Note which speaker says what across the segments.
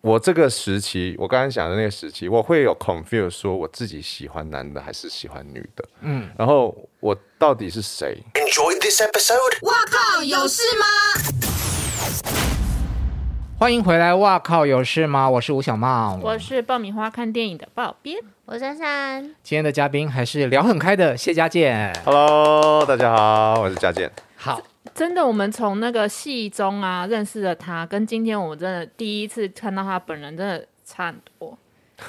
Speaker 1: 我这个时期，我刚刚讲的那个时期，我会有 confuse 说我自己喜欢男的还是喜欢女的，嗯，然后我到底是谁？
Speaker 2: Enjoyed this episode?
Speaker 3: 哇靠，有事吗？
Speaker 4: 欢迎回来！哇靠，有事吗？我是吴小茂，
Speaker 5: 我是爆米花看电影的爆编，
Speaker 6: 我珊珊，
Speaker 4: 今天的嘉宾还是聊很开的谢家健。
Speaker 1: Hello，大家好，我是嘉健。
Speaker 4: 好，
Speaker 5: 真的，我们从那个戏中啊认识了他，跟今天我们真的第一次看到他本人，真的差很多。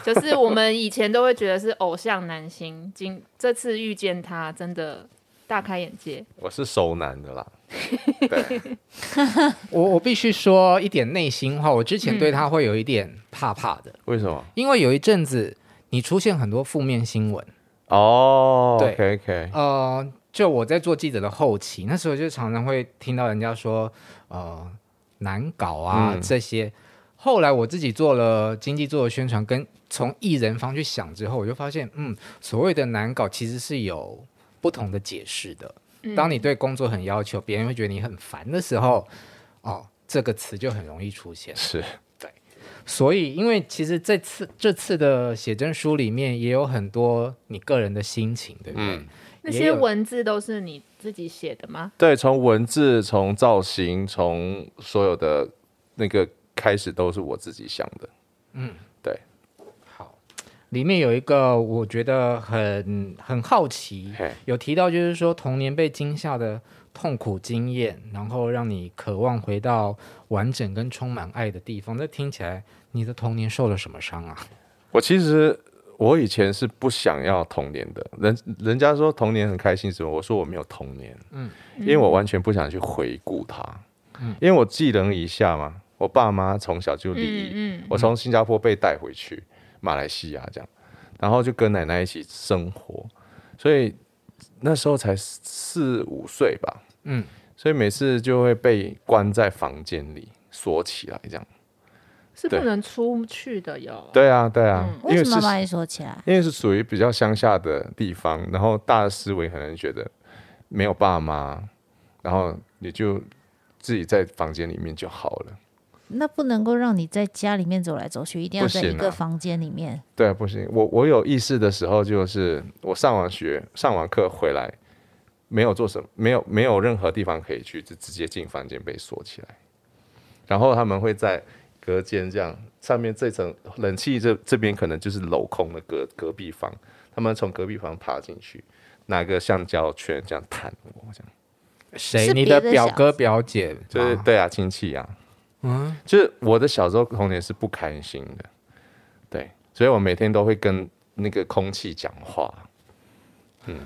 Speaker 5: 就是我们以前都会觉得是偶像男星，今这次遇见他，真的大开眼界。
Speaker 1: 我是熟男的啦，
Speaker 4: 我我必须说一点内心话，我之前对他会有一点怕怕的，
Speaker 1: 为什么？
Speaker 4: 因为有一阵子你出现很多负面新闻，
Speaker 1: 哦、
Speaker 4: 对
Speaker 1: o k OK，
Speaker 4: 呃，就我在做记者的后期，那时候就常常会听到人家说，呃，难搞啊、
Speaker 1: 嗯
Speaker 4: 这些。后来我自己做了经济做了宣传，跟从艺人方去想之后，我就发现，嗯，所谓的难搞其实是有不同的解释的。当你对工作很要求，别人会觉得你很烦的时候，哦，这个词就很容易出现。
Speaker 1: 是
Speaker 4: 所以，因为其实这次这次的写真书里面也有很多你个人的心情，对不对？
Speaker 1: 嗯
Speaker 5: 那
Speaker 4: 也
Speaker 5: 些
Speaker 4: 有
Speaker 5: 文字都是你自己写的吗？
Speaker 1: 对，从文字、从造型、从所有的那个开始都是我自己想的。
Speaker 4: 好，里面有一个我觉得很很好奇
Speaker 1: 嘿，
Speaker 4: 有提到就是说童年被惊吓的痛苦经验，然后让你渴望回到完整跟充满爱的地方。这听起来你的童年受了什么伤啊？
Speaker 1: 我其实我以前是不想要童年的，人人家说童年很开心什么，我说我没有童年，嗯，因为我完全不想去回顾它，嗯，因为我寄人篱下嘛，我爸妈从小就离异，
Speaker 5: 嗯嗯
Speaker 1: 我从新加坡被带回去马来西亚这样，然后就跟奶奶一起生活，所以那时候才四五岁吧，
Speaker 4: 嗯，
Speaker 1: 所以每次就会被关在房间里锁起来这样，
Speaker 5: 是
Speaker 1: 对
Speaker 5: 不能出去的哟。
Speaker 1: 对啊对啊，因
Speaker 6: 嗯为什
Speaker 1: 是
Speaker 6: 么把你锁起来？
Speaker 1: 因为是属于比较乡下的地方，然后大家思维可能觉得没有爸妈，然后你就自己在房间里面就好了。
Speaker 6: 那不能够让你在家里面走来走去，一定要在
Speaker 1: 不
Speaker 6: 一
Speaker 1: 行啊
Speaker 6: 个房间里面。
Speaker 1: 对啊，不行，我我有意识的时候，就是我上完学、上完课回来，没有做什么，没有没有任何地方可以去，就直接进房间被锁起来。然后他们会在隔间这样，上面这层冷气这这边可能就是镂空的隔隔壁房，他们从隔壁房爬进去，拿个橡胶圈这样弹我，这样
Speaker 4: 谁？
Speaker 6: 是
Speaker 4: 你
Speaker 6: 别的
Speaker 4: 表
Speaker 6: 小
Speaker 4: 哥表姐？
Speaker 1: 就是、对啊，亲戚啊，嗯，就是我的小时候童年是不开心的，对，所以我每天都会跟那个空气讲话。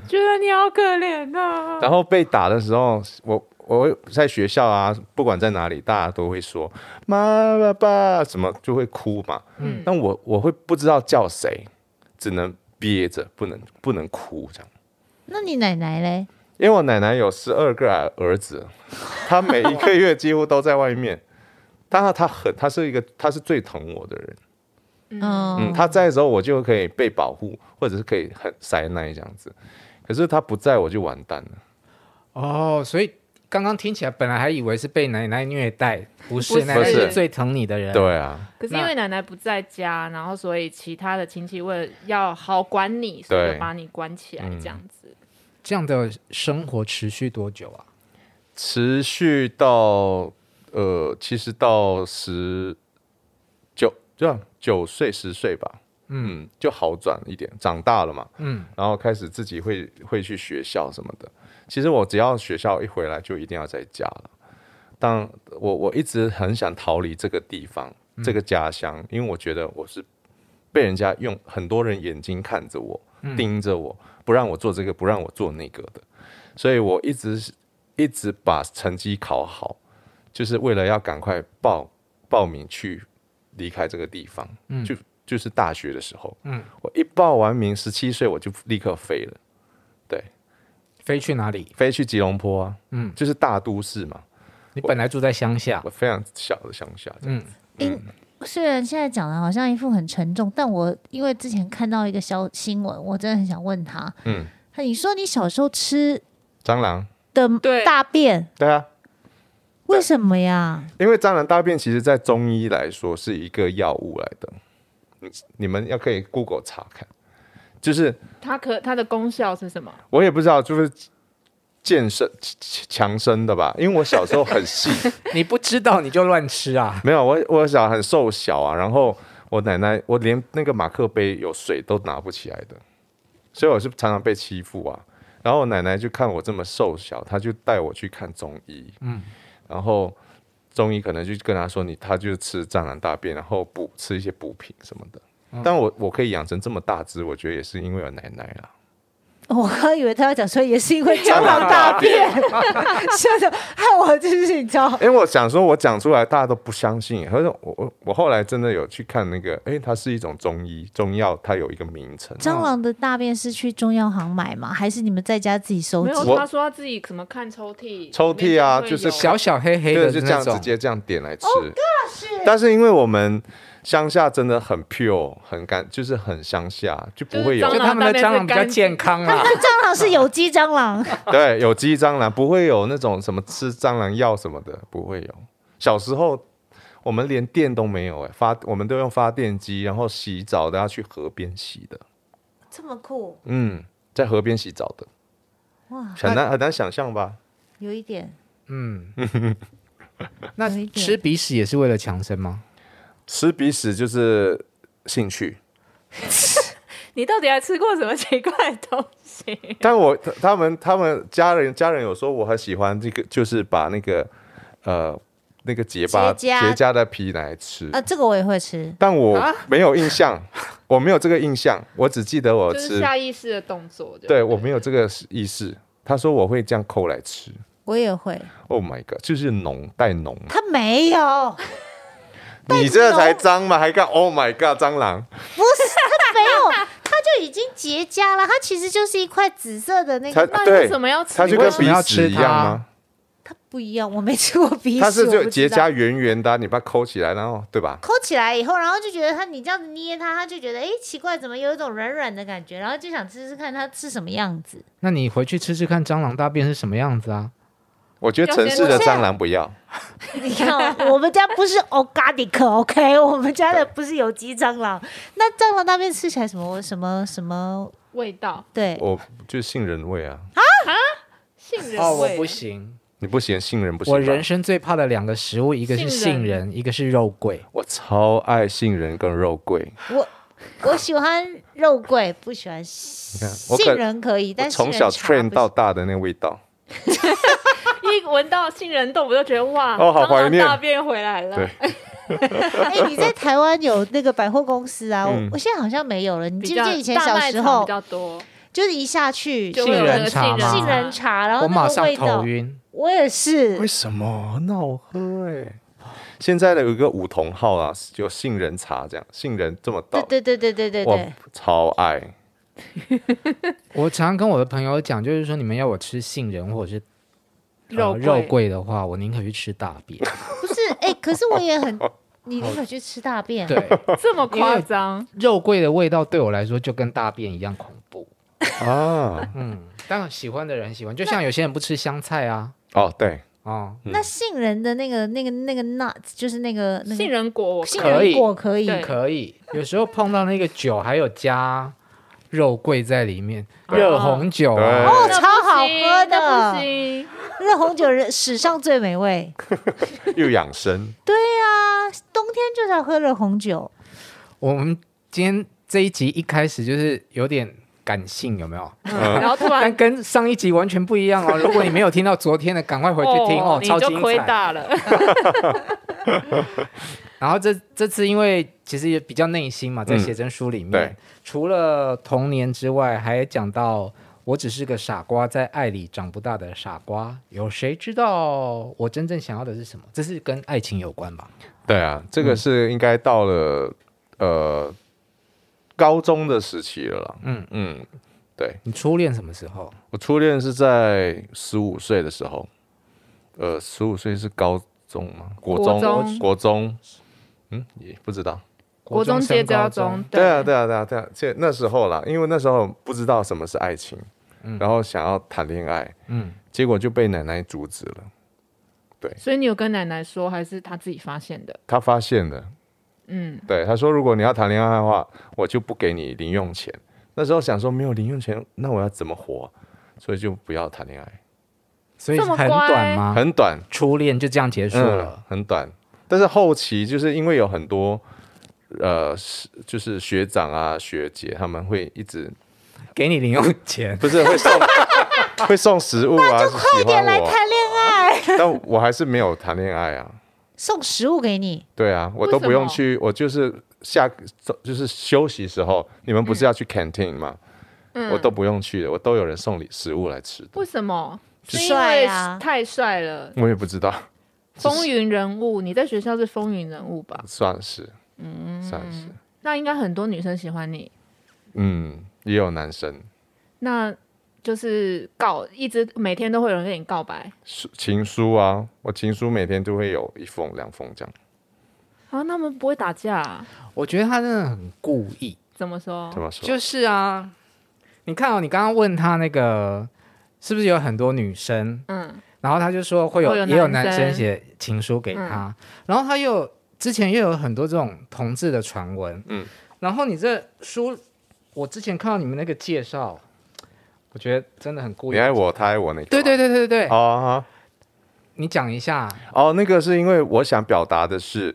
Speaker 5: 觉得你好可怜哦呐、
Speaker 1: 然后被打的时候，我我会在学校啊，不管在哪里，大家都会说妈爸爸什么，就会哭嘛。嗯，但我我会不知道叫谁，只能憋着，不能不能哭这样。
Speaker 6: 那你奶奶嘞？
Speaker 1: 因为我奶奶有十二个儿儿子，她每一个月几乎都在外面。但她她很，她是一个，她是最疼我的人。嗯，
Speaker 6: 嗯，
Speaker 1: 她在的时候，我就可以被保护，或者是可以很塞奶这样子。可是她不在，我就完蛋了。
Speaker 4: 哦，所以刚刚听起来本来还以为是被奶奶虐待，不是，
Speaker 5: 不是
Speaker 4: 奶奶
Speaker 1: 不
Speaker 4: 是
Speaker 1: 是
Speaker 4: 最疼你的人。
Speaker 1: 对啊，
Speaker 5: 可是因为奶奶不在家，然后所以其他的亲戚为了要好管你，所以就把你关起来这样子。
Speaker 4: 这样的生活持续多久啊？
Speaker 1: 持续到呃，其实到十九这样九岁十岁吧，嗯，就好转一点，长大了嘛，嗯，然后开始自己会会去学校什么的。其实我只要学校一回来，就一定要在家了。但我我一直很想逃离这个地方，这个家乡，因为我觉得我是被人家用很多人眼睛看着我，盯着我，不让我做这个，不让我做那个的，所以我一直一直把成绩考好，就是为了要赶快报报名去离开这个地方。就就是大学的时候，嗯，我一报完名，十七岁我就立刻飞了，对，
Speaker 4: 飞去哪里？
Speaker 1: 飞去吉隆坡啊，嗯，就是大都市嘛，
Speaker 4: 你本来住在乡下
Speaker 1: 我，非常小的乡下，嗯，
Speaker 6: 虽然现在讲的好像一副很沉重，但我因为之前看到一个小新闻，我真的很想问他，
Speaker 1: 嗯
Speaker 6: 嗯，你说你小时候吃
Speaker 1: 蟑螂，
Speaker 6: 的
Speaker 5: 对
Speaker 6: 大便，
Speaker 1: 对啊，
Speaker 6: 为什么呀？
Speaker 1: 因为蟑螂大便其实在中医来说是一个药物来的，你你们要可以 Google 查看，就是
Speaker 5: 它可它的功效是什么？
Speaker 1: 我也不知道，就是健身强身的吧，因为我小时候很 细，
Speaker 4: 你不知道你就乱吃啊！
Speaker 1: 没有我我小很瘦小啊，然后我奶奶我连那个马克杯有水都拿不起来的，所以我是常常被欺负啊。然后我奶奶就看我这么瘦小，她就带我去看中医，嗯，然后中医可能就跟她说你，她就吃蟑螂大便，然后补吃一些补品什么的。但我我可以养成这么大只，我觉得也是因为有奶啊奶啦。
Speaker 6: 我刚以为他要讲说也是因为 蟑螂大便， 吓得害我就是你知道，
Speaker 1: 因为我想说，我讲出来大家都不相信。可是我我我后来真的有去看那个，哎，它是一种中医中药，它有一个名称。
Speaker 6: 蟑螂的大便是去中药行买吗？还是你们在家自己收
Speaker 5: 没
Speaker 6: 集？
Speaker 5: 有，
Speaker 1: 我
Speaker 5: 他说他自己怎么看抽屉，
Speaker 1: 抽屉啊
Speaker 5: 里面会有
Speaker 1: 就是
Speaker 4: 小小黑黑
Speaker 1: 对，
Speaker 4: 的
Speaker 1: 就这
Speaker 4: 那
Speaker 1: 样
Speaker 4: 种
Speaker 1: 直，接这样点来吃。但是因为我们乡下真的很 pure，很干，就是很乡下，就不会有
Speaker 5: 蟑
Speaker 4: 就
Speaker 5: 螂
Speaker 4: 他们的蟑螂比
Speaker 5: 大
Speaker 4: 较
Speaker 5: 便是
Speaker 4: 健康啊。
Speaker 6: 蟑螂是有机蟑螂，
Speaker 1: 对有机蟑螂，不会有那种什么吃蟑螂药什么的，不会有。小时候我们连电都没有哎、发我们都用发电机，然后洗澡都要去河边洗的。
Speaker 6: 这么酷
Speaker 1: 嗯，在河边洗澡的，
Speaker 6: 哇，
Speaker 1: 很难很难想象吧？
Speaker 6: 有一点
Speaker 4: 嗯，那
Speaker 6: 有一点
Speaker 4: 吃鼻屎也是为了强身吗？
Speaker 1: 吃鼻屎就是兴趣，
Speaker 5: 你到底还吃过什么奇怪的东西？
Speaker 1: 但我他他们他们家人家人有说我很喜欢这个，就是把那个呃那个结巴
Speaker 6: 结痂
Speaker 1: 的皮拿来吃，
Speaker 6: 啊，这个我也会吃。
Speaker 1: 但我没有印象，我没有这个印象，我只记得我
Speaker 5: 就是
Speaker 1: 吃，
Speaker 5: 下意识的动作。就
Speaker 1: 对我没有这个意识。他说我会这样抠来吃
Speaker 6: 我也会，
Speaker 1: ，Oh my god，就是脓带脓嘛，
Speaker 6: 他没有，
Speaker 1: 你这
Speaker 6: 脓
Speaker 1: 才脏嘛，还敢 Oh my god，蟑螂。
Speaker 6: 不是他没 有，他就已经结痂了。它其实就是一块紫色的那
Speaker 1: 它
Speaker 6: 个，
Speaker 5: 那你
Speaker 1: 啊对
Speaker 5: 为什么要吃
Speaker 1: 它就
Speaker 5: 呢
Speaker 1: 跟
Speaker 4: 什么
Speaker 1: 鼻
Speaker 4: 要
Speaker 1: 屎
Speaker 4: 吃
Speaker 1: 一
Speaker 4: 它
Speaker 1: 样吗？
Speaker 6: 它不一样。我没吃过鼻屎，
Speaker 1: 它是
Speaker 6: 我
Speaker 1: 就
Speaker 6: 不
Speaker 1: 结
Speaker 6: 知道
Speaker 1: 痂圆圆的啊，你把它抠起来，然后对吧？
Speaker 6: 抠起来以后，然后就觉得它，你这样子捏它，它就觉得哎奇怪，怎么有一种软软的感觉，然后就想吃吃看它是什么样子。
Speaker 4: 那你回去吃吃看蟑螂大便是什么样子啊？
Speaker 1: 我觉得城市的蟑螂不要，
Speaker 6: 你看哦，我们家不是 organic，OK，、我们家的不是有机蟑螂。那蟑螂那边吃起来什么什么什么？
Speaker 5: 味道
Speaker 6: 对，
Speaker 1: 我就杏仁味啊，
Speaker 5: 杏仁味，
Speaker 4: 哦，我不行，
Speaker 1: 你不嫌杏仁不行吧？
Speaker 4: 我人生最怕的两个食物，一个是
Speaker 5: 杏
Speaker 4: 杏仁，一个是肉桂。
Speaker 1: 我超爱杏仁跟肉桂，
Speaker 6: 我我喜欢肉桂，不喜欢
Speaker 1: 看我可
Speaker 6: 杏仁可以，
Speaker 1: 我
Speaker 6: 但是
Speaker 1: 从小 train 到大的那味道，
Speaker 5: 一闻到杏仁豆，我就觉得哇，
Speaker 1: 哦好
Speaker 5: 蟑螂
Speaker 1: 怀念
Speaker 5: 大便回来了。
Speaker 1: 对
Speaker 6: 哎、你在台湾有那个百货公司啊？
Speaker 1: 嗯
Speaker 6: 我我现在好像没有了。你
Speaker 5: 比
Speaker 6: 记
Speaker 5: 较
Speaker 6: 不记得以前
Speaker 5: 大
Speaker 6: 小
Speaker 5: 卖
Speaker 6: 时
Speaker 5: 场
Speaker 6: 候
Speaker 5: 比，较多，
Speaker 6: 就是一下去
Speaker 5: 就会有
Speaker 4: 杏
Speaker 5: 那
Speaker 4: 仁
Speaker 5: 个
Speaker 4: 茶吗
Speaker 6: 杏仁茶，然后
Speaker 4: 我马
Speaker 6: 那个
Speaker 4: 上
Speaker 6: 味道
Speaker 4: 头，晕，
Speaker 6: 我也是
Speaker 1: 为。什么很好喝哎、现在的有一个五桐号啊，有杏仁茶这样，杏仁这么
Speaker 6: 对
Speaker 1: 倒，
Speaker 6: 对对对对对
Speaker 1: 我
Speaker 6: 对，
Speaker 1: 超爱。
Speaker 4: 我常常跟我的朋友讲，就是说你们要我吃杏仁或者是、呃
Speaker 5: 肉桂
Speaker 4: 肉桂的话，我宁可去吃大 便。
Speaker 6: 不是哎、可是我也很， 你立刻去吃大便。
Speaker 4: 对，
Speaker 5: 这么夸张？
Speaker 4: 肉桂的味道对我来说就跟大便一样恐怖。
Speaker 1: 啊，
Speaker 4: 嗯，但喜欢的人很喜欢，就像有些人不吃香菜啊，
Speaker 1: 哦对，
Speaker 4: 哦，
Speaker 6: 那杏仁的那个、那个、那个 nuts，就是那个、那个、
Speaker 5: 杏仁果我
Speaker 6: 杏
Speaker 4: 可
Speaker 6: 仁
Speaker 4: 以
Speaker 6: 果可以，
Speaker 5: 对
Speaker 4: 可以。有时候碰到那个酒还有加肉桂在里面，
Speaker 5: 对
Speaker 4: 热红酒啊，
Speaker 1: 对
Speaker 6: 哦，
Speaker 5: 那
Speaker 6: 超
Speaker 5: 不
Speaker 6: 好
Speaker 5: 行
Speaker 6: 喝
Speaker 5: 那不
Speaker 6: 的，
Speaker 5: 行，
Speaker 6: 热红酒人史上最美味。
Speaker 1: 又养生，
Speaker 6: 对啊，冬天就是要喝热红酒。
Speaker 4: 我们今天这一集一开始就是有点感性，有没有？
Speaker 1: 嗯
Speaker 5: 然后突
Speaker 4: 但
Speaker 5: 然
Speaker 4: 跟上一集完全不一样哦。如果你没有听到昨天的，赶快回去听哦，
Speaker 5: 你
Speaker 4: 超
Speaker 5: 就
Speaker 4: 精
Speaker 5: 亏
Speaker 4: 彩。
Speaker 5: 大了。
Speaker 4: 然后这这次因为其实也比较内心嘛，在
Speaker 1: 嗯
Speaker 4: 写真书里面，
Speaker 1: 对
Speaker 4: 除了童年之外，还讲到。我只是个傻瓜，在爱里长不大的傻瓜。有谁知道我真正想要的是什么？这是跟爱情有关吧？
Speaker 1: 对啊，这个是应该到了、呃高中的时期了啦。
Speaker 4: 嗯
Speaker 1: 嗯，对，
Speaker 4: 你初恋什么时候？
Speaker 1: 我初恋是在十五岁的时候，呃，十五岁是高中吗？国中，
Speaker 5: 国中
Speaker 1: 国中嗯，也不知道。
Speaker 5: 国中接
Speaker 4: 升
Speaker 5: 高
Speaker 4: 高
Speaker 5: 中
Speaker 4: 中，，
Speaker 1: 对啊，对啊，对啊，对啊，这那时候啦，因为那时候不知道什么是爱情，然后想要谈恋爱，
Speaker 4: 嗯，
Speaker 1: 结果就被奶奶阻止了。对
Speaker 5: 所以你有跟奶奶说，还是她自己发现的？
Speaker 1: 他发现了，
Speaker 5: 嗯，
Speaker 1: 对他说，如果你要谈恋爱的话，我就不给你零用钱。那时候想说没有零用钱，那我要怎么活、所以就不要谈恋爱，
Speaker 4: 所以
Speaker 5: 这么
Speaker 4: 很
Speaker 5: 乖
Speaker 4: 短吗？
Speaker 1: 很短，
Speaker 4: 初恋就这样结束了
Speaker 1: 嗯，，很短。但是后期就是因为有很多呃，是就是学长啊、学姐他们会一直
Speaker 4: 给你零用钱，
Speaker 1: 不是会送会送食物啊，就喜
Speaker 6: 快点
Speaker 1: 欢
Speaker 6: 来
Speaker 1: 我，
Speaker 6: 谈恋爱，
Speaker 1: 但我还是没有谈恋爱啊。
Speaker 6: 送食物给你，
Speaker 1: 对啊，我
Speaker 5: 为
Speaker 1: 都
Speaker 5: 什
Speaker 1: 不用
Speaker 5: 么
Speaker 1: 去，我就是下就是休息时候，你们不是要去 canteen 吗？
Speaker 5: 嗯
Speaker 1: 我都不用去的，我都有人送礼食物来吃的，
Speaker 5: 为什么？是因
Speaker 6: 帅
Speaker 5: 为
Speaker 6: 啊
Speaker 5: 太帅了，
Speaker 1: 我也不知道，
Speaker 5: 风云人物。你在学校是风云人物吧？
Speaker 1: 算是，算是，
Speaker 5: 那应该很多女生喜欢你。
Speaker 1: 嗯，也有男生
Speaker 5: 那就是告，一直每天都会有人跟你告白
Speaker 1: 书情书啊，我情书每天都会有一封两封这样，
Speaker 5: 啊，那他们不会打架啊、
Speaker 4: 我觉得他真的很故意。
Speaker 5: 怎么说
Speaker 1: 怎？么说？
Speaker 4: 就是啊，你看哦，你刚刚问他那个是不是有很多女生，
Speaker 5: 嗯，
Speaker 4: 然后他就说会有
Speaker 5: 会有
Speaker 4: 也有
Speaker 5: 男
Speaker 4: 男
Speaker 5: 生嗯
Speaker 4: 生写情书给他，然后他又之前又有很多这种同志的传闻，
Speaker 1: 嗯
Speaker 4: 嗯，然后你这书我之前看到你们那个介绍，我觉得真的很故意
Speaker 1: 你。爱我，他爱我那个吗，啊
Speaker 4: 对对对对对，
Speaker 1: 哦
Speaker 4: 你讲一下，
Speaker 1: 哦，那个是因为我想表达的是，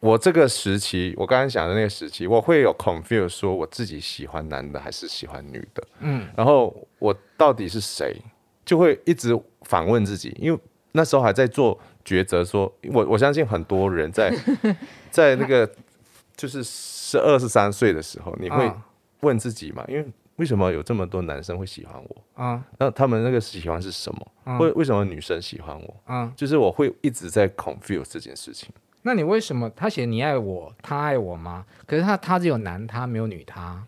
Speaker 1: 我这个时期，我刚刚讲的那个时期，我会有 confuse 说我自己喜欢男的还是喜欢女的，
Speaker 4: 嗯，
Speaker 1: 然后我到底是谁，就会一直反问自己，因为那时候还在做抉择说，我我相信很多人 在在那个就是十二十三岁的时候，你会
Speaker 4: 嗯
Speaker 1: 问自己嘛，因为为什么有这么多男生会喜欢我？
Speaker 4: 嗯
Speaker 1: 那他们那个喜欢是什么？为为什么女生喜欢我？
Speaker 4: 嗯，
Speaker 1: 就是我会一直在 confuse 这件事情。
Speaker 4: 那你为什么他写你爱我，他爱我吗？可是他他只有男他没有女他，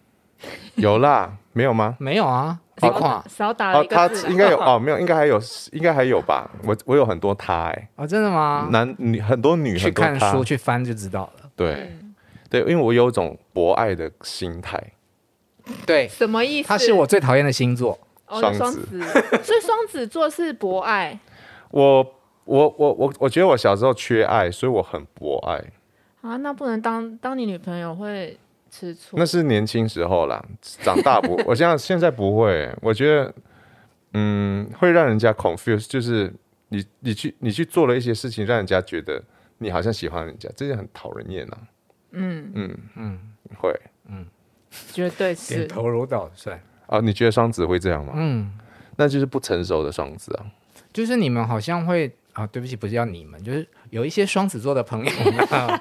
Speaker 1: 有 啦，没有吗？
Speaker 4: 没有啊，你垮
Speaker 5: 少打了
Speaker 1: 哦
Speaker 5: 一，
Speaker 1: 他
Speaker 5: 个字啊
Speaker 1: 应该有哦， 没有，应该还有，应该还有吧。我我有很多他哎、
Speaker 4: 啊，真的吗？
Speaker 1: 男女很多女
Speaker 4: 去
Speaker 1: 很多
Speaker 4: 看
Speaker 1: 他
Speaker 4: 书，嗯去翻就知道了。
Speaker 1: 对对，因为我有一种博爱的心态，
Speaker 4: 对，
Speaker 5: 什么意思？
Speaker 4: 他是我最讨厌的星座。
Speaker 5: 哦，
Speaker 1: 双
Speaker 5: 双
Speaker 1: 子
Speaker 5: 子，所以双子座是博爱
Speaker 1: 我我我我我觉得我小时候缺爱，所以我很博爱，
Speaker 5: 啊，那不能当当你女朋友会吃醋。
Speaker 1: 那是年轻时候啦，长大不， 我现在现在不会，我觉得嗯会让人家 confuse，就是你你去你去做了一些事情，让人家觉得你好像喜欢人家，这些很讨人厌啊，
Speaker 5: 嗯，
Speaker 1: 会
Speaker 5: 绝对是。
Speaker 4: 头如捣蒜。
Speaker 1: 啊，你觉得双子会这样吗？
Speaker 4: 嗯，
Speaker 1: 那就是不成熟的双子啊，
Speaker 4: 就是你们好像会啊，对不起，不是要你们，就是有一些双子座的朋 友 呢，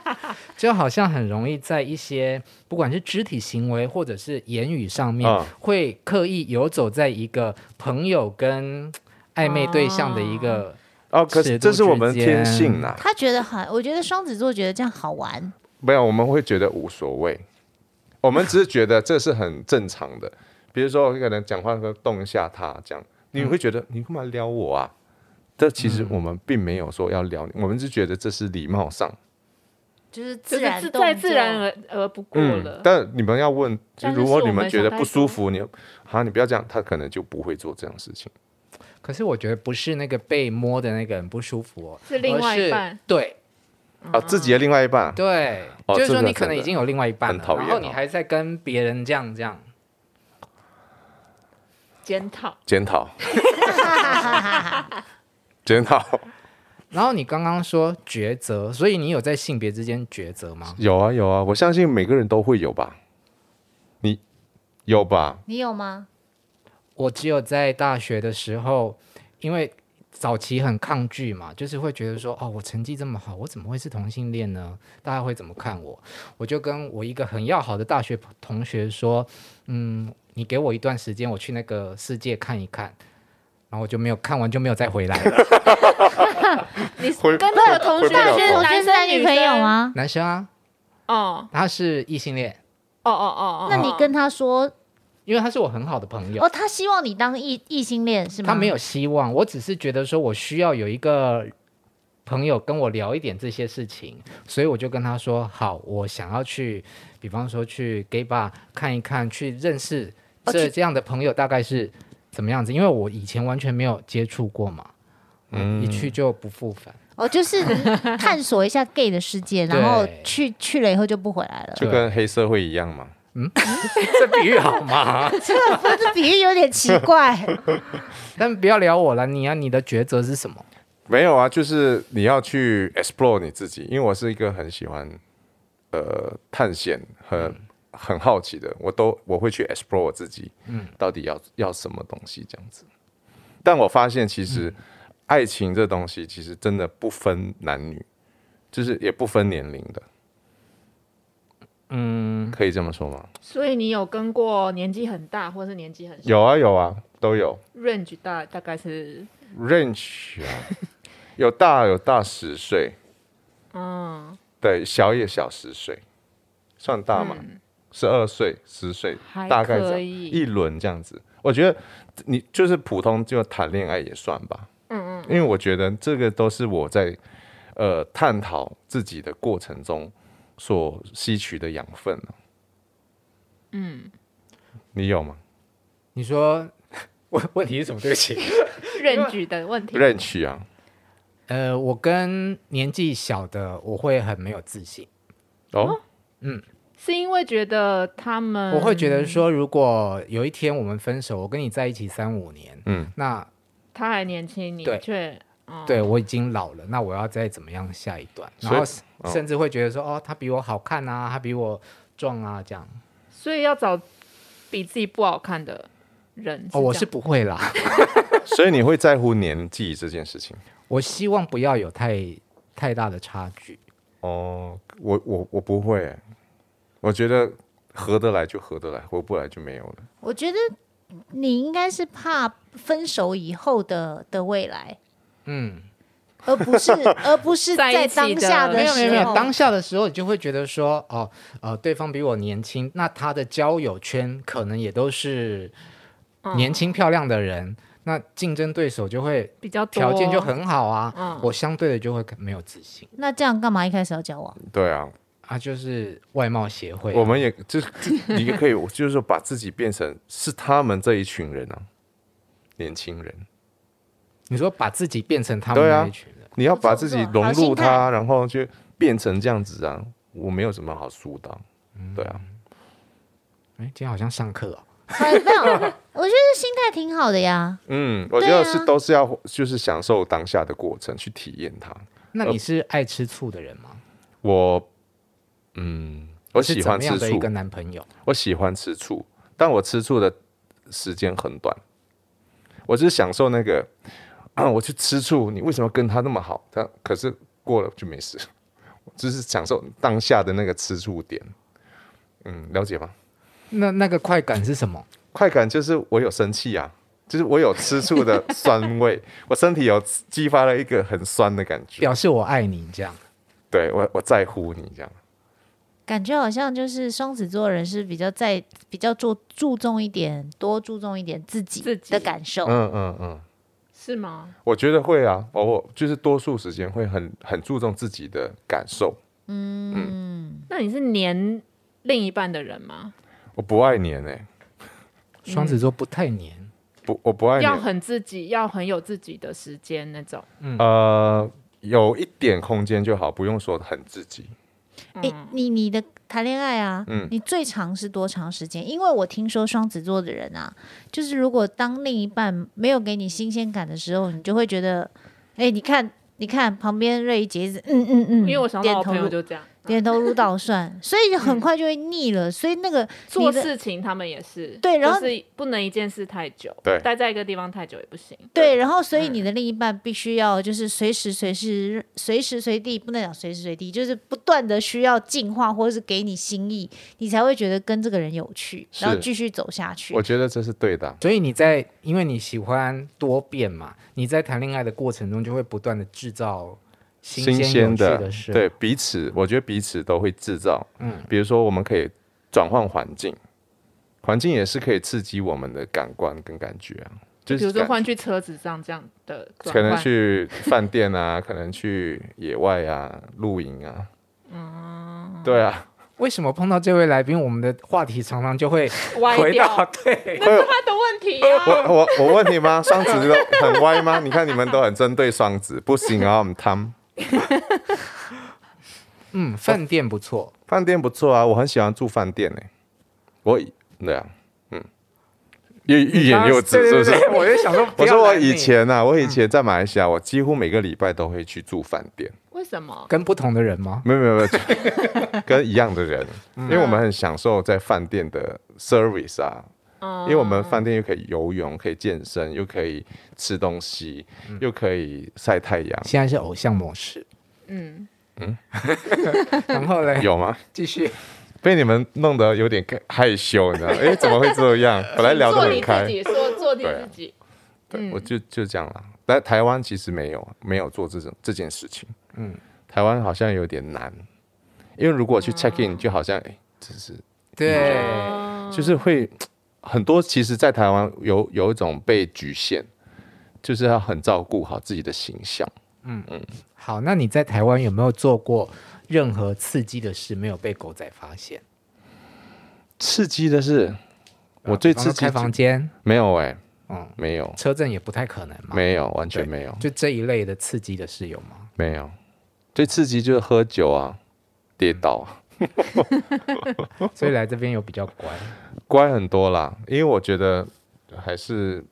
Speaker 4: 就好像很容易在一些不管是肢体行为或者是言语上面，
Speaker 1: 嗯
Speaker 4: 会刻意游走在一个朋友跟暧昧对象的一
Speaker 5: 啊
Speaker 4: 个。
Speaker 1: 哦，可是
Speaker 4: 尺
Speaker 1: 这
Speaker 4: 度
Speaker 1: 是我们
Speaker 4: 之间
Speaker 1: 天性啊，
Speaker 6: 他觉得好，我觉得双子座觉得这样好玩，
Speaker 1: 没有，我们会觉得无所谓，我们只是觉得这是很正常的。比如说，可能讲话说动一下他这样，你会觉得、你干嘛撩我啊？这其实我们并没有说要撩你，我们是觉得这是礼貌上。
Speaker 6: 就是自
Speaker 5: 就是
Speaker 6: 然
Speaker 5: 自
Speaker 6: 动
Speaker 5: 再自
Speaker 6: 作
Speaker 5: 然而而不过了，
Speaker 1: 嗯但你们要问，就
Speaker 5: 但是
Speaker 1: 如果
Speaker 5: 是
Speaker 1: 你
Speaker 5: 我
Speaker 1: 们
Speaker 5: 们
Speaker 1: 觉得
Speaker 5: 想太
Speaker 1: 不舒服，你好，你不要这样，他可能就不会做这样的事情。
Speaker 4: 可是我觉得不是那个被摸的那个人不舒服、哦，
Speaker 5: 是另外一
Speaker 4: 而
Speaker 5: 半
Speaker 4: 是。对，
Speaker 5: 哦
Speaker 1: 啊，自己的另外一半，
Speaker 4: 对，
Speaker 1: 哦
Speaker 4: 就是
Speaker 1: 这
Speaker 4: 说
Speaker 1: 个
Speaker 4: 你可
Speaker 1: 真
Speaker 4: 能
Speaker 1: 的
Speaker 4: 已经有另外一半
Speaker 1: 很
Speaker 4: 了，
Speaker 1: 讨厌
Speaker 4: 然后你
Speaker 1: 哦
Speaker 4: 还在跟别人这样这样，
Speaker 5: 检讨。
Speaker 1: 检讨，检讨，
Speaker 4: 然后你刚刚说抉择，所以你有在性别之间抉择吗？
Speaker 1: 有啊有啊，我相信每个人都会有吧？你有吧？
Speaker 6: 你有吗？
Speaker 4: 我只有在大学的时候，因为早期很抗拒嘛，就是会觉得说，哦，我成绩这么好，我怎么会是同性恋呢？大家会怎么看我？我就跟我一个很要好的大学同学说，嗯，你给我一段时间，我去那个世界看一看。然后我就没有看完，就没有再回来了。
Speaker 5: 你
Speaker 1: 回
Speaker 5: 跟那个同
Speaker 1: 回
Speaker 5: 学
Speaker 1: 不了
Speaker 5: 是
Speaker 1: 头
Speaker 5: 男
Speaker 6: 是
Speaker 5: 生
Speaker 6: 女朋友？吗？
Speaker 4: 男生啊，
Speaker 5: 哦
Speaker 4: 他是异性恋，
Speaker 5: 哦哦哦哦，
Speaker 6: 那你跟他说
Speaker 4: 因为他是我很好的朋友。
Speaker 6: 哦，他希望你当异异性恋是吗？
Speaker 4: 他没有希望，我只是觉得说我需要有一个朋友跟我聊一点这些事情，所以我就跟他说好，我想要去，比方说去 gay bar 看一看，去认识
Speaker 6: 哦
Speaker 4: 这
Speaker 6: 去
Speaker 4: 这样的朋友大概是怎么样子，因为我以前完全没有接触过嘛。
Speaker 1: 嗯
Speaker 4: 一去就不复返。
Speaker 6: 哦，就是探索一下 gay 的世 界，然后
Speaker 4: 对
Speaker 6: 去去了以后就不回来了。
Speaker 1: 就跟黑社会一样嘛。
Speaker 4: 这比喻好吗？
Speaker 6: 这个不是比喻有点奇怪，
Speaker 4: 但不要聊我了，你啊，你的抉择是什么？
Speaker 1: 没有啊，就是你要去 explore 你自己，因为我是一个很喜欢呃探险、很很好奇的，我都我会去 explore 我自己，嗯，到底要要什么东西这样子。但我发现其实、爱情这东西其实真的不分男女，就是也不分年龄的，嗯，可以这么说吗？
Speaker 5: 所以你有跟过年纪很大或是年纪很小
Speaker 1: 有啊有啊，都有
Speaker 5: range 大大概是
Speaker 1: range 啊，有大有大十岁，
Speaker 5: 嗯
Speaker 1: 对，小也小十岁，算大嘛，十二岁、十岁
Speaker 5: 还，
Speaker 1: 大概这
Speaker 5: 可
Speaker 1: 样
Speaker 5: 以
Speaker 1: 一轮这样子。我觉得你就是普通就谈恋爱也算吧，嗯嗯，因为我觉得这个都是我在呃探讨自己的过程中所吸取的养分、啊、嗯，你有吗
Speaker 4: 你说 问问题是什么？对不起，
Speaker 5: range 的问题。
Speaker 1: ？range 啊，
Speaker 4: 呃，我跟年纪小的我会很没有自信，
Speaker 1: 哦，
Speaker 5: 是因为觉得他们，
Speaker 4: 我会觉得说，如果有一天我们分手，我跟你在一起三五年，
Speaker 1: 嗯，
Speaker 4: 那
Speaker 5: 他还年轻，你
Speaker 4: 对
Speaker 5: 却嗯
Speaker 4: 对我已经老了，那我要再怎么样下一段？
Speaker 1: 所以
Speaker 4: 然后甚甚至会觉得说，哦，他比我好看啊，他比我壮啊，这样。
Speaker 5: 所以要找比自己不好看的人。
Speaker 4: 哦，我
Speaker 5: 这
Speaker 4: 是
Speaker 5: 样
Speaker 4: 不会啦，
Speaker 1: 所以你会在乎年纪这件事情？
Speaker 4: 我希望不要有太太大的差距。
Speaker 1: 哦，我我我不会欸，我觉得合得来就合得来，合不来就没有了。
Speaker 6: 我觉得你应该是怕分手以后的的未来，
Speaker 4: 嗯，
Speaker 6: 而不是而不 是
Speaker 5: 在
Speaker 6: 在
Speaker 5: 一起
Speaker 6: 当下
Speaker 5: 的
Speaker 6: 时
Speaker 4: 没有
Speaker 6: 候。
Speaker 4: 没有没有，当下的时候你就会觉得说，哦，呃，对方比我年轻，那他的交友圈可能也都是年轻漂亮的人，那竞争对手就会
Speaker 5: 比较多
Speaker 4: 条件就很好啊，
Speaker 5: 嗯
Speaker 4: 我相对的就会没有自信
Speaker 6: 那这样干嘛一开始要交往？
Speaker 1: 对啊，
Speaker 4: 啊，就是外貌协会啊、
Speaker 1: 我们也就是你也可以，就是说把自己变成是他们这一群人啊，年轻人，
Speaker 4: 你说把自己变成他们
Speaker 1: 对啊
Speaker 4: 那一群人，
Speaker 1: 你要把自己融
Speaker 6: 不错
Speaker 1: 入
Speaker 6: 不错好心
Speaker 1: 他，然后就变成这样子啊。我没有什么好疏导，
Speaker 4: 嗯
Speaker 1: 对啊，
Speaker 4: 哎、今天好像上课哦。
Speaker 6: 哎没有，我觉得心态挺好的呀。
Speaker 1: 嗯，我觉
Speaker 6: 对
Speaker 1: 得
Speaker 6: 啊
Speaker 1: 是都是要就是享受当下的过程，去体验它。
Speaker 4: 那你是爱吃醋的人吗？
Speaker 1: 我，嗯，我
Speaker 4: 是
Speaker 1: 喜
Speaker 4: 怎
Speaker 1: 欢
Speaker 4: 么样
Speaker 1: 吃
Speaker 4: 的一
Speaker 1: 醋
Speaker 4: 个，男朋友？
Speaker 1: 我喜欢吃醋，但我吃醋的时间很短，我只是享受那个 啊，我去吃醋，你为什么跟他那么好？但可是过了就没事， 我只是享受当下的那个吃醋点。嗯，了解吗？
Speaker 4: 那那个快感是什么？
Speaker 1: 快感就是我有生气啊，就是我有吃醋的酸味，我身体有激发了一个很酸的感觉。
Speaker 4: 表示我爱你这样。
Speaker 1: 对我，我在乎你这样。
Speaker 6: 感觉好像就是双子座的人是比较在比较注注重一点，多注重一点自己
Speaker 5: 自己
Speaker 6: 的感受。
Speaker 1: 嗯嗯嗯，
Speaker 5: 是吗？
Speaker 1: 我觉得会啊，偶尔就是多数时间会很很注重自己的感受。
Speaker 5: 那你是黏另一半的人吗？
Speaker 1: 我不爱黏哎、
Speaker 4: 双子座不太黏，
Speaker 1: 不，我不爱
Speaker 5: 要
Speaker 1: 黏。
Speaker 5: 很自己，要很有自己的时间那种。
Speaker 1: 呃，有一点空间就好，不用说很自己。
Speaker 6: 诶，
Speaker 5: 嗯
Speaker 6: 你你的谈恋爱啊，
Speaker 1: 嗯
Speaker 6: 你最长是多长时间？因为我听说双子座的人啊，就是如果当另一半没有给你新鲜感的时候，你就会觉得，哎、你看，你看旁边瑞杰一直，嗯嗯嗯，
Speaker 5: 因为我想到
Speaker 6: 点
Speaker 5: 我
Speaker 6: 头
Speaker 5: 朋友
Speaker 6: 如
Speaker 5: 就这样，
Speaker 6: 点头如捣蒜，所以就很快就会腻了。所以那个
Speaker 5: 做
Speaker 6: 你的
Speaker 5: 事情他们也是，
Speaker 6: 对然后
Speaker 5: 就是不能一件事太久，
Speaker 1: 对
Speaker 5: 待在一个地方太久也不行。
Speaker 6: 对，然后
Speaker 1: 嗯
Speaker 6: 所以你的另一半必须要就是随时随时随时随地，不能讲随时随地，就是不断的需要进化或者是给你新意，你才会觉得跟这个人有趣，然后
Speaker 1: 是
Speaker 6: 继续走下去
Speaker 1: 我。觉得这是对的啊。
Speaker 4: 所以你在因为你喜欢多变嘛，你在谈恋爱的过程中就会不断的制造新
Speaker 1: 新
Speaker 4: 鲜有
Speaker 1: 鲜
Speaker 4: 趣的事。
Speaker 1: 对，彼此，我觉得彼此都会制造。嗯，比如说我们可以转换环境，环境也是可以刺激我们的感官跟感觉啊。就
Speaker 5: 比如
Speaker 1: 是
Speaker 5: 说
Speaker 1: 感
Speaker 5: 换去车子上这样的转
Speaker 1: 可能
Speaker 5: 换，
Speaker 1: 去饭店啊， 可能去野外啊，露营啊。嗯，对啊，
Speaker 4: 为什么碰到这位来宾，我们的话题常常就会
Speaker 5: 歪
Speaker 4: 回
Speaker 5: 掉
Speaker 4: 到，对
Speaker 5: 那是他的问问题啊。
Speaker 1: 我我我问你吗？ 双子都很歪吗？你看你们都很针对双子，不行啊，我们汤
Speaker 4: 嗯，饭店不错，
Speaker 1: 饭店不错啊，我很喜欢住饭店呢、欸我对啊，嗯，欲欲言又止，是不是？
Speaker 4: 对对对我就想说，不
Speaker 1: 我
Speaker 4: 要
Speaker 1: 说我
Speaker 4: 拦你嗯
Speaker 1: 以前啊，我以前在马来西亚，我几乎每个礼拜都会去住饭店，
Speaker 5: 为什么？
Speaker 4: 跟不同的人吗？
Speaker 1: 没有没有没有，就 跟一样的人，
Speaker 4: 嗯
Speaker 1: 因为我们很享受在饭店的 service 啊，
Speaker 5: 嗯，
Speaker 1: 因为我们饭店又可以游泳，可以健身，又可以吃东西，
Speaker 4: 嗯
Speaker 1: 又可以晒太 阳，
Speaker 4: 现在是偶像模式，
Speaker 5: 嗯，
Speaker 4: 然后 嘞，
Speaker 1: 有吗？
Speaker 4: 继续，
Speaker 1: 被你们弄得有点害羞，你知道吗？ 哎，怎么会这 样？本来聊得
Speaker 5: 做
Speaker 1: 很
Speaker 5: 你自
Speaker 1: 开，
Speaker 5: 己，嗯说做你
Speaker 1: 对啊
Speaker 5: 自己。
Speaker 1: 对，我就就这样了。但台湾其实没有没有做这种这件事情，嗯，台湾好像有点难，因为如
Speaker 5: 啊
Speaker 1: 果去 check in，就好像哎，这是
Speaker 4: 对，
Speaker 5: 啊
Speaker 1: 就是会很多，其实，在台湾有有一种被局限，就是要很照顾好自己的形象。
Speaker 4: 好，那你在台湾有没有做过任何刺激的事没有被狗仔发现？
Speaker 1: 刺激的是，我最
Speaker 4: 啊
Speaker 1: 刺
Speaker 4: 比方说
Speaker 1: 激
Speaker 4: 开房间，
Speaker 1: 没有哎、
Speaker 4: 嗯，
Speaker 1: 没有
Speaker 4: 车震也不太可能嘛，
Speaker 1: 没有，完全
Speaker 4: 对
Speaker 1: 没有
Speaker 4: 就这一类的刺激的事有吗？
Speaker 1: 没有，最刺激就是喝酒啊，跌倒啊，哦
Speaker 4: 所以来这边有比较乖，
Speaker 1: 乖很多啦。因为我觉得还是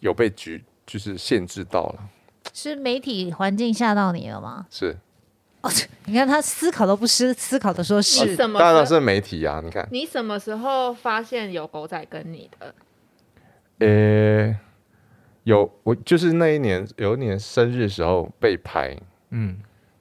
Speaker 1: 有被局就是限制到了，
Speaker 6: 是媒体环境吓到你了吗？哦
Speaker 1: 是
Speaker 6: 你看他思考都不思思考的说
Speaker 5: 你
Speaker 6: 是，
Speaker 5: 什
Speaker 1: 当
Speaker 5: 么
Speaker 1: 然
Speaker 5: 时候？
Speaker 1: 是媒体啊，你看，
Speaker 5: 你什么时候发现有狗仔跟你的？
Speaker 1: 呃、有我就是那一年有一年生日时候被拍，
Speaker 4: 嗯，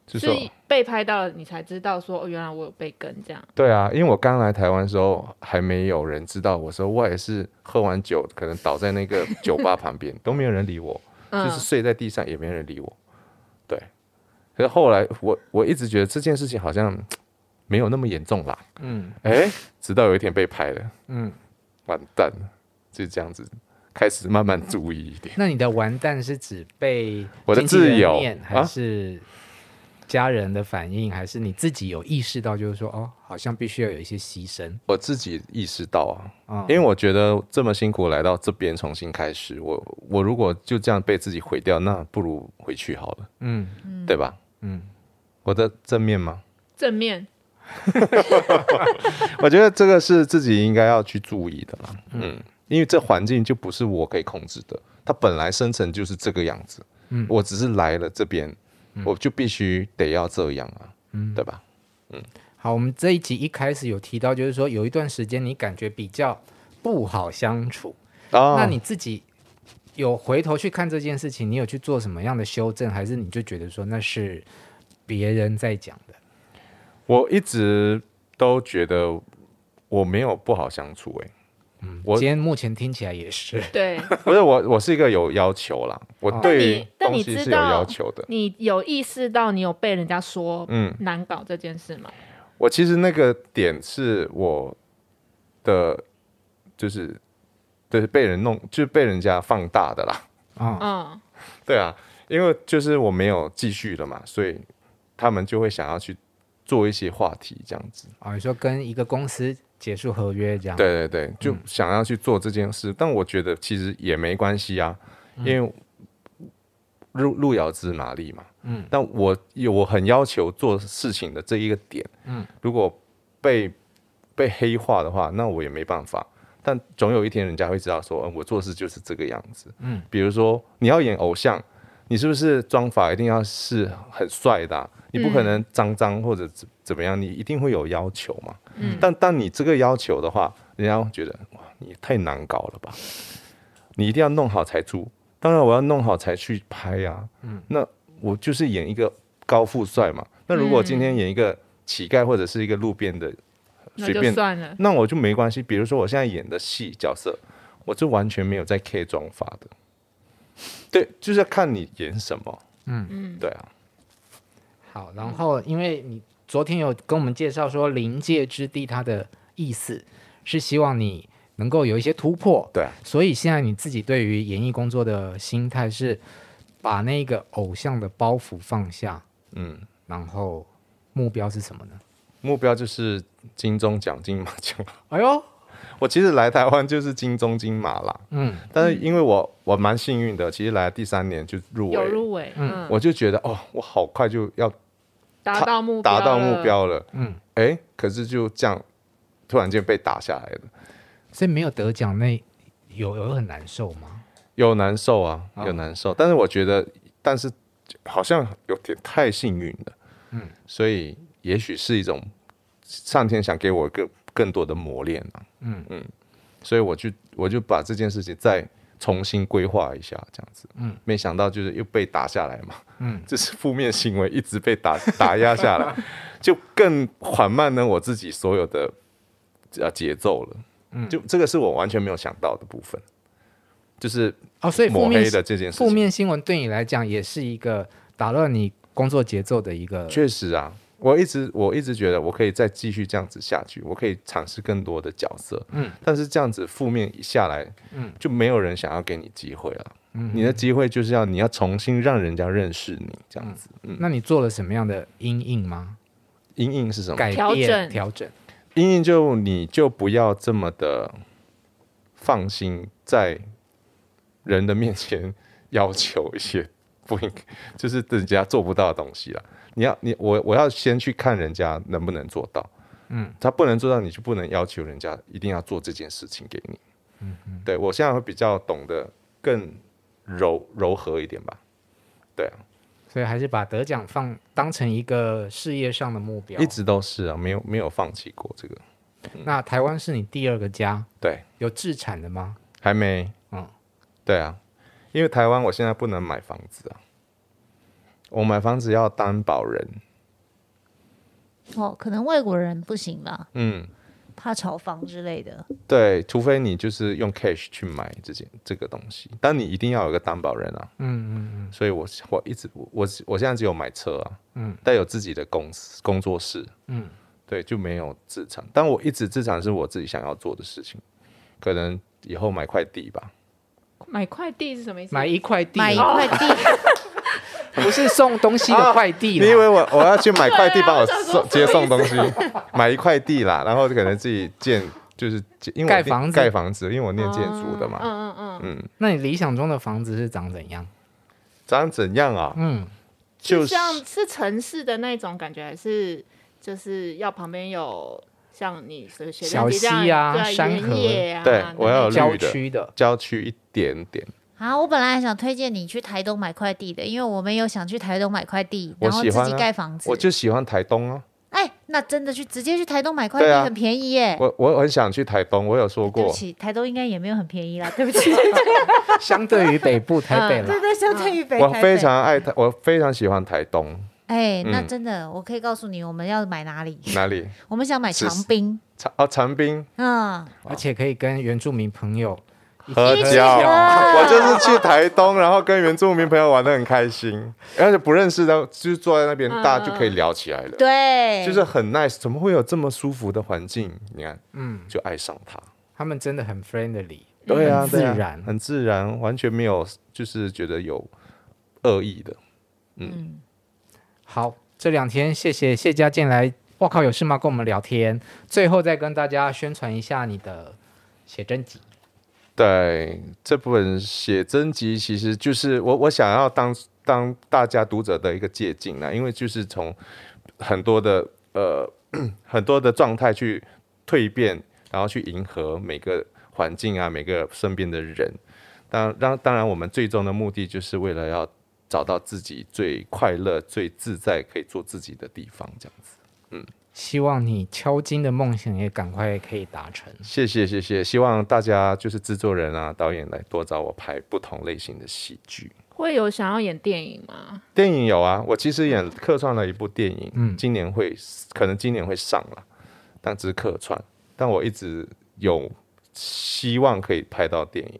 Speaker 1: 就是说
Speaker 5: 被拍到了，你才知道说，哦，原来我有被跟这样。
Speaker 1: 对啊，因为我刚来台湾的时候还没有人知道我，时候我也是喝完酒可能倒在那个酒吧旁 边，都没有人理我，就
Speaker 5: 嗯
Speaker 1: 是睡在地上也没人理我。对，可是后来我我一直觉得这件事情好像没有那么严重啦。嗯，哎，直到有一天被拍了，
Speaker 4: 嗯
Speaker 1: 嗯，完蛋了，就这样子开始慢慢注意一点。
Speaker 4: 那你的完蛋是指被
Speaker 1: 我的
Speaker 4: 经纪人
Speaker 1: 自由
Speaker 4: 念还
Speaker 1: 啊
Speaker 4: 是家人的反应，还是你自己有意识到，就是说哦，好像必须要有一些牺牲
Speaker 1: 我自己意识到啊，
Speaker 4: 啊？
Speaker 1: 因为我觉得这么辛苦来到这边重新开始，我我如果就这样被自己毁掉，那不如回去好了，
Speaker 4: 嗯，
Speaker 1: 对吧？
Speaker 4: 嗯
Speaker 1: 嗯，我的正面吗？
Speaker 5: 正面，
Speaker 1: 我觉得这个是自己应该要去注意的啦。嗯，因为这环境就不是我可以控制的，它本来生成就是这个样子。嗯，我只是来了这边，我就必须得要这样啊，对吧？
Speaker 4: 好，我们这一集一开始有提到，就是说有一段时间你感觉比较不好相处，
Speaker 1: 啊，
Speaker 4: 那你自己有回头去看这件事情，你有去做什么样的修正，还是你就觉得说那是别人在讲的？
Speaker 1: 我一直都觉得我没有不好相处、欸，我
Speaker 4: 今天目前听起来也是，
Speaker 5: 对
Speaker 1: 不是我，我是一个有要求啦，我对于
Speaker 5: 但
Speaker 1: 东
Speaker 5: 哦你
Speaker 1: 西
Speaker 5: 但
Speaker 1: 是
Speaker 5: 你知
Speaker 1: 有
Speaker 5: 道
Speaker 1: 要求的。
Speaker 5: 你有意识到你有被人家说
Speaker 1: 嗯，
Speaker 5: 难搞这件事吗？
Speaker 1: 我其实那个点是我的，就是就是被人弄，就是被人家放大的啦。
Speaker 4: 啊、
Speaker 5: 嗯，
Speaker 1: 对啊，因为就是我没有继续了嘛，所以他们就会想要去做一些话题这样子。
Speaker 4: 啊，你说跟一个公司结束合约这样，，
Speaker 1: 对对对，就想要去做这件事，但我觉得其实也没关系啊，因为路路遥知马力嘛。嗯，但我有我很要求做事情的这一个点，嗯，如果被被黑化的话，那我也没办法。但总有一天人家会知道说，嗯，我做事就是这个样子。嗯，比如说你要演偶像，你是不是妆法一定要是很帅的啊、你不可能脏脏或者怎怎么样，你一定会有要求嘛。嗯，但当你这个要求的话，人家会觉得哇，你也太难搞了吧？你一定要弄好才出，当然我要弄好才去拍呀、嗯，那我就是演一个高富帅嘛。那如果今天演一个乞丐或者是一个路边的
Speaker 5: 那
Speaker 1: 随
Speaker 5: 就
Speaker 1: 便
Speaker 5: 算了。
Speaker 1: 那我就没关系。比如说我现在演的戏角色，我就完全没有在 K 妆法的。对，就是要看你演什么。
Speaker 4: 嗯
Speaker 1: 嗯，对啊，
Speaker 4: 好，然后因为你昨天有跟我们介绍说临界之地，它的意思是希望你能够有一些突破，
Speaker 1: 对啊，
Speaker 4: 所以现在你自己对于演艺工作的心态是把那个偶像的包袱放下，
Speaker 1: 嗯，
Speaker 4: 然后目标是什么呢？
Speaker 1: 目标就是金钟奖、金马奖。
Speaker 4: 哎呦，
Speaker 1: 我其实来台湾就是金钟金马啦，
Speaker 4: 嗯，
Speaker 1: 但是因为我我蛮幸运的，其实来第三年就入
Speaker 5: 有
Speaker 1: 围，
Speaker 5: 入围，嗯，
Speaker 1: 我就觉得哦，我好快就要
Speaker 5: 达到目标，
Speaker 1: 达到目，标了，
Speaker 4: 嗯
Speaker 1: 嗯，哎，可是就这样突然间被打下来了，
Speaker 4: 所以没有得奖那有有很难受吗？
Speaker 1: 有难受啊，
Speaker 4: 哦
Speaker 1: 有难受，但是我觉得，但是好像有点太幸运了，嗯，所以也许是一种上天想给我更更多的磨练啊，
Speaker 4: 嗯
Speaker 1: 嗯嗯，所以我就我就把这件事情再重新规划一下，这样子，嗯，没想到就是又被打下来嘛，
Speaker 4: 嗯
Speaker 1: 嗯，就是负面行为一直被打 打压下来，就更缓慢了我自己所有的呃节奏了，嗯，就这个是我完全没有想到的部分。就是
Speaker 4: 哦，所以负
Speaker 1: 抹
Speaker 4: 面
Speaker 1: 黑的这件事情，
Speaker 4: 负面新闻对你来讲也是一个打乱你工作节奏的一个，
Speaker 1: 确实啊，我一直我一直觉得我可以再继续这样子下去，我可以尝试更多的角色，
Speaker 4: 嗯，
Speaker 1: 但是这样子负面一下来，嗯，就没有人想要给你机会了。嗯，你的机会就是要你要重新让人家认识你，这样子。嗯，
Speaker 4: 那你做了什么样的阴影吗？
Speaker 1: 阴影是什么？
Speaker 4: 改
Speaker 5: 调
Speaker 4: 变
Speaker 5: 整
Speaker 4: 调整，
Speaker 1: 阴影就你就不要这么的放心在人的面前要求一些不应，就是人家做不到的东西啦。你要你我我要先去看人家能不能做到，
Speaker 4: 嗯，
Speaker 1: 他不能做到，你就不能要求人家一定要做这件事情给你。嗯对我现在会比较懂得更柔柔和一点吧。对啊，
Speaker 4: 所以还是把得奖放当成一个事业上的目标。
Speaker 1: 一直都是啊，没有没有放弃过这个。
Speaker 4: 那台湾是你第二个家，
Speaker 1: 对，
Speaker 4: 有自产的吗？
Speaker 1: 还没，
Speaker 4: 嗯
Speaker 1: 嗯，对啊，因为台湾我现在不能买房子啊，我买房子要担保人，
Speaker 6: 哦，可能外国人不行吧，
Speaker 1: 嗯，
Speaker 6: 怕炒房之类的。
Speaker 1: 对，除非你就是用 cash 去买这件这个东西，但你一定要有个担保人啊，
Speaker 4: 嗯嗯嗯
Speaker 1: 所以我我一直我我现在只有买车啊，
Speaker 4: 嗯
Speaker 1: 嗯，但有自己的公司工作室，
Speaker 4: 嗯，
Speaker 1: 对，就没有自产，但我一直自产是我自己想要做的事情，可能以后买块地吧，
Speaker 5: 买快递是什么意思？
Speaker 4: 买一块地，啊
Speaker 6: 买一 块地，
Speaker 4: 不是送东西的快递啦。
Speaker 1: 你以为我我要去买快递
Speaker 5: 对啊
Speaker 1: 帮我
Speaker 5: 我想说
Speaker 1: 送接送东西， 买一块地啦，然后可能自己建，就是建因为我
Speaker 4: 盖
Speaker 1: 念
Speaker 4: 房子
Speaker 1: 盖房子，因为我念建筑的嘛，
Speaker 5: 嗯嗯嗯，
Speaker 4: 那你理想中的房子是长怎样？
Speaker 1: 长怎样啊？
Speaker 4: 嗯，
Speaker 1: 就是
Speaker 5: 像是城市的那种感觉，还是就是要旁边有像你随随
Speaker 4: 小
Speaker 5: 便
Speaker 4: 溪
Speaker 5: 这样
Speaker 4: 啊
Speaker 5: 对
Speaker 4: 山
Speaker 5: 原
Speaker 4: 河
Speaker 5: 野啊，
Speaker 1: 对我要有绿
Speaker 4: 郊
Speaker 1: 的
Speaker 4: 区的，
Speaker 1: 郊区一点点，
Speaker 6: 啊，我本来还想推荐你去台东买块地的，因为我们有想去台东买块地，
Speaker 1: 我
Speaker 6: 然后
Speaker 1: 喜
Speaker 6: 自
Speaker 1: 欢、
Speaker 6: 己
Speaker 1: 啊、
Speaker 6: 盖房子。
Speaker 1: 我就喜欢台东啊，
Speaker 6: 哎，那真的去直接去台东买块地、
Speaker 1: 对啊
Speaker 6: 很便宜耶。
Speaker 1: 我我很想去台东，我有说
Speaker 6: 哎对不
Speaker 1: 过，
Speaker 6: 起，台东应该也没有很便宜啦，对 不起。
Speaker 4: 相对于北部台北啦
Speaker 6: 对，对，相对于北
Speaker 1: 我
Speaker 6: 台
Speaker 1: 非
Speaker 6: 北
Speaker 1: 常爱台，我非常喜欢台东，
Speaker 6: 哎，那
Speaker 1: 嗯
Speaker 6: 真的，我可以告诉你，我们要买哪里？
Speaker 1: 哪里？
Speaker 6: 我们想买
Speaker 1: 是
Speaker 6: 长滨，
Speaker 1: 长哦，长滨
Speaker 6: 嗯，
Speaker 4: 而且可以跟原住民朋友
Speaker 1: 合
Speaker 6: 一起
Speaker 1: 交，
Speaker 6: 啊
Speaker 1: 我就是去台东，然后跟原住民朋友玩的很开心，而且不认识的，就是坐在那边，
Speaker 5: 嗯
Speaker 1: 大家就可以聊起来了。
Speaker 6: 对，
Speaker 1: 就是很 nice，怎么会有这么舒服的环境？你看，
Speaker 4: 嗯
Speaker 1: 嗯，就爱上它。
Speaker 4: 他们真的很 friendly，
Speaker 1: 对啊，
Speaker 4: 很自
Speaker 1: 对啊
Speaker 4: 然
Speaker 1: 很自然，完全没有就是觉得有恶意的。
Speaker 6: 嗯
Speaker 4: 好，这两天谢谢谢家健来，我靠，有事吗？跟我们聊天。最后再跟大家宣传一下你的写真集，
Speaker 1: 对，这部本写真集其实就是我我想要当当大家读者的一个借鉴啊，因为就是从很多的呃很多的状态去蜕变，然后去迎合每个环境啊，每个身边的人。当当当然，我们最终的目的就是为了要找到自己最快乐、最自在，可以做自己的地方，这样子。
Speaker 4: 希望你敲金的梦想也赶快可以达成。
Speaker 1: 谢谢谢谢，希望大家就是制作人啊、导演来多找我拍不同类型的戏剧。
Speaker 5: 会有想要演电影吗？
Speaker 1: 电影有啊，我其实演客串了一部电影，
Speaker 4: 嗯
Speaker 1: 今年会可能今年会上了，但只是客串，但我一直有希望可以拍到电影。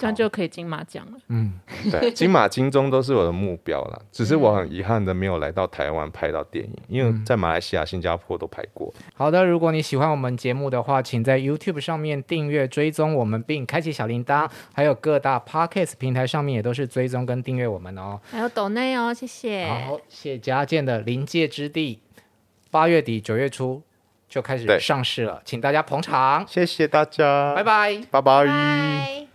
Speaker 5: 这样就可以金马奖了。
Speaker 4: 嗯，
Speaker 1: 对，金马、金钟都是我的目标啦。只是我很遗憾的没有来到台湾拍到电影，因为在马来西亚、新加坡都拍过。
Speaker 4: 好的，如果你喜欢我们节目的话，请在 YouTube 上面订阅、追踪我们，并开启小铃铛，还有各大 Podcast 平台上面也都是追踪跟订阅我们哦。
Speaker 5: 还有抖内哦，谢谢。
Speaker 4: 好，谢家健的《临界之地》，八月底九月初
Speaker 1: 就开始
Speaker 4: 对
Speaker 1: 上市了，请大家捧场，
Speaker 4: 谢谢大家，
Speaker 1: 拜，拜。
Speaker 4: 拜拜。
Speaker 6: 拜。